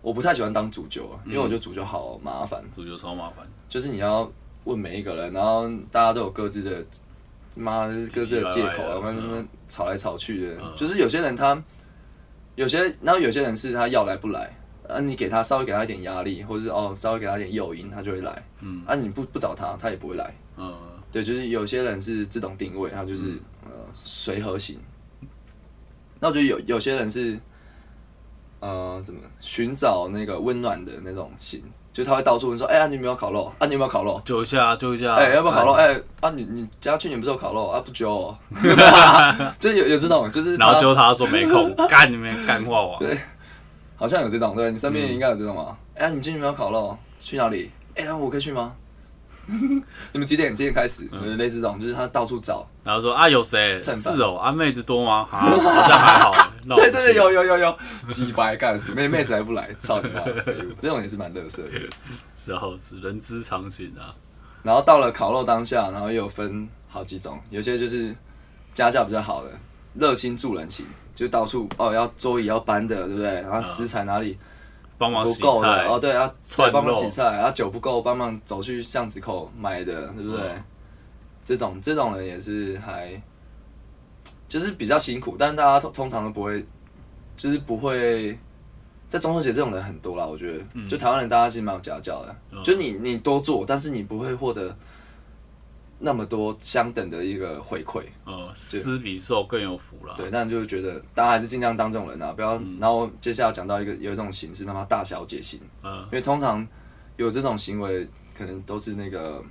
B: 我不太喜欢当主揪，因为我觉得主揪好麻烦，
A: 足球超麻烦，
B: 就是你要问每一个人，然后大家都有各自的妈各自的嗯借口，然后他们吵来吵去的。就是有些人他有些，然后有些人是他要来不来，啊，你给他稍微给他一点压力，或是哦稍微给他一点诱因，他就会来。嗯，啊，你不不找他，他也不会来。
A: 呃，
B: 对，就是有些人是自动定位，他就是、呃随和型。那我觉得有有些人是，呃，怎么寻找那个温暖的那种型，就是他会到处问说，哎、呀，你有没有烤肉？啊，你有没有烤肉？
A: 揪一下，揪一下，
B: 哎、要不要
A: 嗯
B: 烤肉？哎、啊，你你家去年不是有烤肉啊？不揪、哦， 就是有有这种，就是
A: 然后
B: 他
A: 揪他说没 空，干你们干话王，
B: 好像有这种，对你身边应该有这种嘛？哎、呀，你今年有没有烤肉？去哪里？哎、呀，我可以去吗？ 你们几点？几点开始？就是类似这种，就是他到处找。
A: 然后说啊有谁？
B: 蹭饭
A: 是哦，啊妹子多 吗？啊好像还好，欸那我
B: 对
A: 不
B: 对对，
A: 去
B: 有有有有，几百干妹妹子还不来，操你妈的废物！这种也是蛮乐色的。
A: 是好是人之常情啊，
B: 然后到了烤肉当下，然后又有分好几种，有些就是家教比较好的，热心助人型，就到处哦要桌椅要搬的，对不对？然后食材哪里
A: 帮忙
B: 不
A: 洗
B: 够
A: 菜
B: 的，，哦对，要
A: 串
B: 对帮忙
A: 肉
B: 洗菜，然后酒不够帮忙走去巷子口买的，对不对？
A: 嗯
B: 这种这种人也是还就是比较辛苦，但是大家通通常都不会，就是不会。在中秋节这种人很多啦，我觉得，就台湾人大家其实蛮有家教的，
A: 嗯
B: 就你你多做，但是你不会获得那么多相等的一个回馈，
A: 呃，施比受更有福啦。
B: 对，那你就会觉得大家还是尽量当这种人啊，不要。然后接下来讲到一个有一种形式，他妈大小姐型，
A: 嗯
B: 因为通常有这种行为，可能都是那个，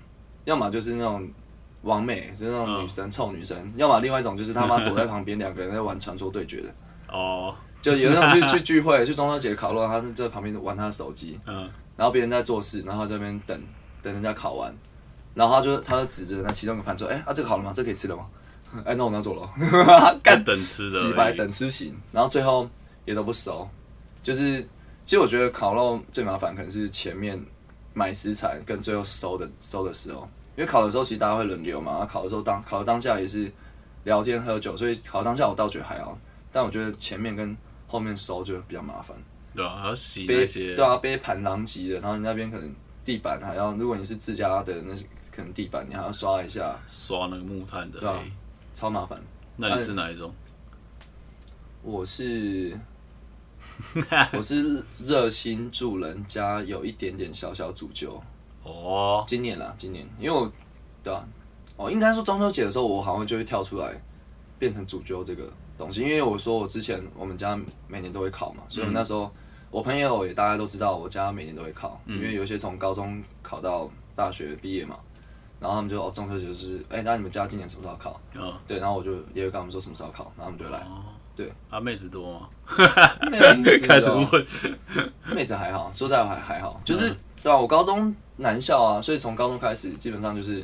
B: 要么就是那种完美，就是那种女生、臭女生，要么另外一种就是他妈躲在旁边两个人在玩传说对决的，
A: 哦，
B: 就有那种去去聚会，去中秋节烤肉，他在旁边玩他的手机，
A: 嗯，
B: 然后别人在做事，然后在那边等等人家烤完，然后他就他就指着那其中一个盘说：“哎、啊这个好了吗？这可以吃了吗？”哎、那我拿走了 哦， 干
A: 干等吃的而已，哎
B: 几百等吃型，然后最后也都不熟。就是，其实我觉得烤肉最麻烦可能是前面买食材跟最后收的收的时候，因为烤的时候其实大家会轮流嘛，然后烤的时候当烤的当下也是聊天喝酒，所以烤的当下我倒觉得还好，但我觉得前面跟后面收就比较麻烦，
A: 对啊，还要洗那
B: 背
A: 些
B: 对，啊背盘狼藉的，然后你那边可能地板还要，如果你是自家的那些可能地板你还要刷一下，
A: 刷那个木炭的
B: 对啊
A: 黑。
B: 超麻烦。
A: 那你是哪一种？
B: 我是我是热心助人加有一点点小小主救。
A: 哦，
B: 今年啦，今年，因为我对啊，哦，应该说中秋节的时候，我好像就会跳出来变成主救这个东西。因为我说我之前我们家每年都会考嘛，所以
A: 嗯
B: 我那时候、我朋友也大家都知道，我家每年都会考，
A: 嗯
B: 因为有些从高中考到大学毕业嘛，然后他们就哦中秋节就是，哎、那你们家今年什么时候考？
A: 嗯，
B: 对，然后我就也有跟他们说什么时候考，然后他们就来。
A: 啊，妹子多吗？
B: 妹子哦
A: 开始 问，
B: 妹子还好，说实在还还
A: 嗯
B: 好，就是、对啊，我高中男校啊，所以从高中开始基本上就是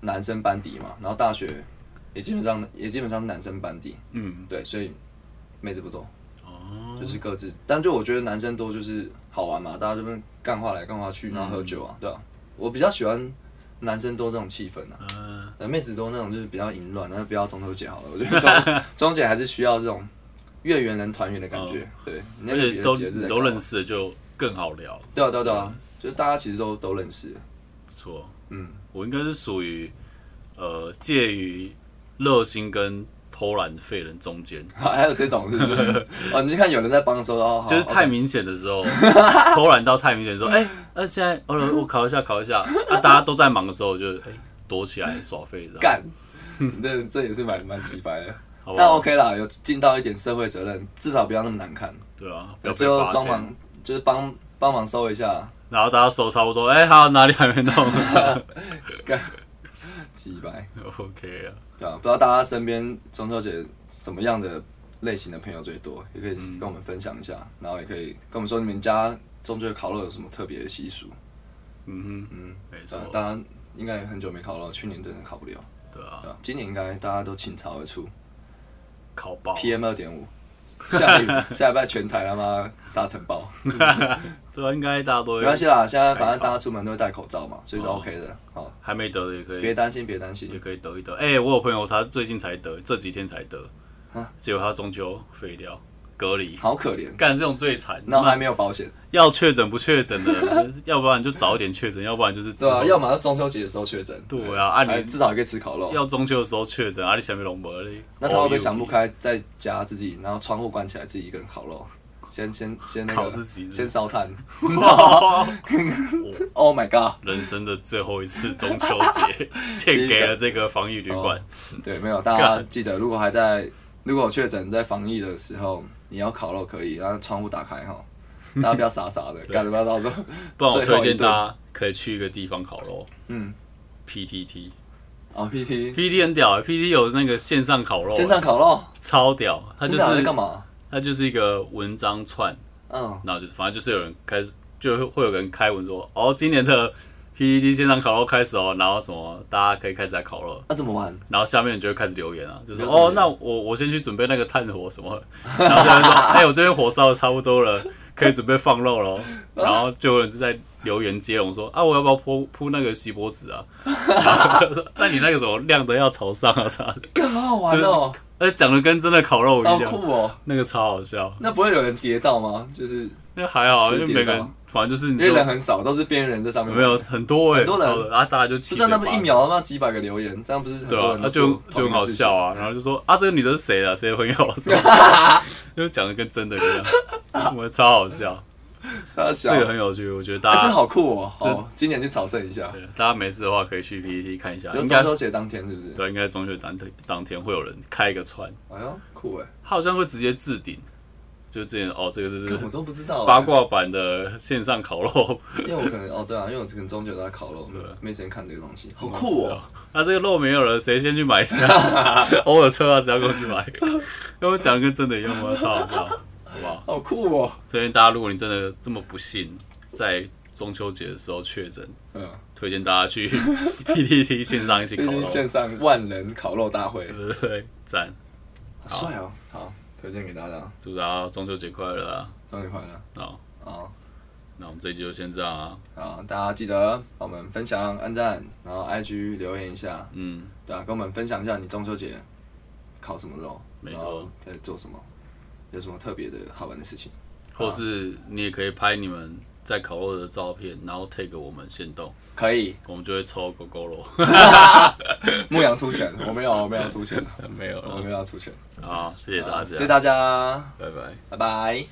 B: 男生班底嘛，然后大学也基本上也基本上是男生班底，
A: 嗯，
B: 对，所以妹子不多，
A: 哦，
B: 就是各自，但就我觉得男生多就是好玩嘛，大家这边干话来干话
A: 嗯
B: 去，然后喝酒啊，对啊，我比较喜欢男生多这种气氛啊。
A: 嗯，
B: 呃，妹子多那种就是比较淫乱，那就不要中秋节好了。我觉得中 中秋节还是需要这种月圆人团圆的感觉。对，那
A: 哦而
B: 个
A: 且
B: 别
A: 都
B: 的节日来
A: 都
B: 搞啊
A: 认识了就更好聊，
B: 对啊，对啊，对啊，就是大家其实都都认识。
A: 不错。
B: 嗯，
A: 我应该是属于呃介于热心跟偷懒废人中间，
B: 还还有这种是不 是？哦，你就看有人在帮的时候，哦，好
A: 就是
B: 好
A: 太明显的 时候，偷懒到太明显的时候，哎、那现在哦我考一下考一下，啊大家都在忙的时候，我就哎、躲起来耍废，这样
B: 干，哦这这也是蛮蛮鸡掰的。
A: 好不
B: 但
A: 好？
B: OK 啦，有尽到一点社会责任，至少不要那么难看。
A: 对啊，不要被
B: 最后
A: 发
B: 帮
A: 现。
B: 忙就是帮帮忙收一下，
A: 然后大家手差不多，哎、 好，哪里还没弄
B: 鸡掰。
A: ？OK 啊，
B: 对啊，不知道大家身边中秋节什么样的类型的朋友最多，也可以跟我们分享一下，
A: 嗯
B: 然后也可以跟我们说你们家中秋烤肉有什么特别的习俗。
A: 嗯哼，
B: 嗯，
A: 没错
B: 对啊，，大家应该很久没烤肉，去年真的烤不了，
A: 对啊
B: 对，吧、今年应该大家都倾巢而出
A: 烤爆，
B: ，PM 二点五，下 礼下礼拜全台他妈沙尘暴，
A: 对啊，哦应该大家都
B: 没
A: 会
B: 关系啦，现在反正大家出门都会戴口罩嘛，所以是 OK 的，好，
A: 还没得的也可以
B: 别担心，别担
A: 也
B: 心，
A: 可以得一得。哎、我有朋友他最近才得，这几天才得
B: 啊，
A: 结果他中秋废掉隔离。
B: 好可怜，
A: 干这种最惨，
B: 然后
A: 妈
B: 还没有保险，
A: 要确诊不确诊的， 要不然就早一点确诊，要不然就是之
B: 对
A: 后
B: 啊，要么就中秋节的时候确诊，
A: 对啊啊你
B: 哎至少也可以吃烤肉，
A: 要哦中秋的时候确诊，啊你想不拢无嘞？
B: 那他会不会想不 开， 在家自己，然后窗户关起来，自己一个人烤肉？先先先那个，
A: 烤自己
B: 先烧炭。
A: 哇
B: Oh my god！
A: 人生的最后一次中秋 节，献给了这个防疫旅馆。
B: 哦对，没有，大家记得，如果还在，如果有确诊在防疫的时候，你要烤肉可以，然后窗户打开 哈，大家不要傻傻的，干得不要到时候，
A: 不然我
B: 最后
A: 推
B: 一
A: 荐
B: 顿
A: 大家可以去一个地方烤肉
B: 嗯，
A: ，PTT。
B: 哦 PT
A: PT 很屌、欸、，PT 有那个线上烤肉、
B: 线上烤肉，
A: 超屌，它就
B: 真的啊在
A: 是
B: 干嘛？
A: 它就是一个文章串，
B: 嗯，
A: 然后就是反正就是有人开始就会会有人开文说，哦，今年的 PPT 线上烤肉开始哦，然后什么大家可以开始来烤肉，
B: 那怎么玩？
A: 然后下面就会开始留言啊，就是
B: 留什么
A: 哦
B: 言，
A: 那我我先去准备那个炭火什么，然后就会说，哎、我这边火烧的差不多了。可以准备放肉喽，然后就有人是在留言接龙说啊，我要不要铺铺那个锡箔纸啊？ 然后就说那你那个什么晾的要朝上啊啥的，
B: 干好好玩哦，
A: 而且讲的跟真的烤肉一
B: 好
A: 样，
B: 酷哦！
A: 那个超好笑。
B: 那不会有人跌倒吗？就是
A: 那还好，啊
B: 吃
A: 因为
B: 跌
A: 每个
B: 倒
A: 人反正就是你
B: 因为
A: 就
B: 人很少，都是边缘人在上面。
A: 没有很多哎、欸，
B: 很多人
A: 超多然后大家就气
B: 就
A: 嘴
B: 在
A: 巴
B: 那么一秒，他妈几百个留言，这样不是很
A: 对
B: 多
A: 啊
B: 人，
A: 那
B: 都
A: 就
B: 做
A: 就很好笑啊，然后就说啊，这个女的是谁啊？谁 的朋友？什么就讲的跟真的一样，我超好笑，
B: 同一件事情，
A: 这
B: 这
A: 个很有趣，我觉得大
B: 啊哎，
A: 家、
B: 这好酷哦！好，今年去朝圣一下，
A: 对大家没事的话可以去 PPT 看一下，
B: 有
A: 应
B: 中
A: 该
B: 秋节当天是不是？
A: 对，应该中秋当天当天会有人开一个串，
B: 哎呦，酷哎！
A: 他好像会直接置顶，就之前哦，这个
B: 可我
A: 是
B: 都不知道哎
A: 八，卦版的线上烤肉，
B: 因为我可能哦，对啊，因为我可能中秋都在烤肉，没时间看这个东西，好酷哦！
A: 那、啊这个肉没有了，谁先去买一 下？偶尔车啊，谁要跟我去买？ 因为讲的跟真的一样吗？超好笑，好不好？
B: 好酷哦！
A: 推荐大家，如果你真的这么不幸，在中秋节的时候确诊，
B: 嗯，
A: 推荐大家去 PTT 线上一起烤
B: 毕
A: 肉
B: 竟，线上万人烤肉大会
A: 对，对对，赞！
B: 好帅哦！好，推荐给大家，
A: 祝大家中秋节快乐啊！
B: 中秋快乐！
A: 好，
B: 好，
A: 那我们这一集就先这样啊，
B: 好，大家记得帮我们分享、按赞，然后 IG 留言一下，
A: 嗯，
B: 对啊，跟我们分享一下你中秋节烤什么肉，
A: 没
B: 然
A: 错
B: 后在做什么，有什么特别的好玩的事情。
A: 或是你也可以拍你们在烤肉的照片，然后 take 我们先动，
B: 可以，
A: 我们就会抽狗狗肉，
B: 牧羊出钱，我没有，我没有出 钱，
A: 没有
B: 我
A: 了
B: 没有要出钱。
A: 好，谢谢大家，
B: 谢谢大家，
A: 拜拜。
B: 拜拜。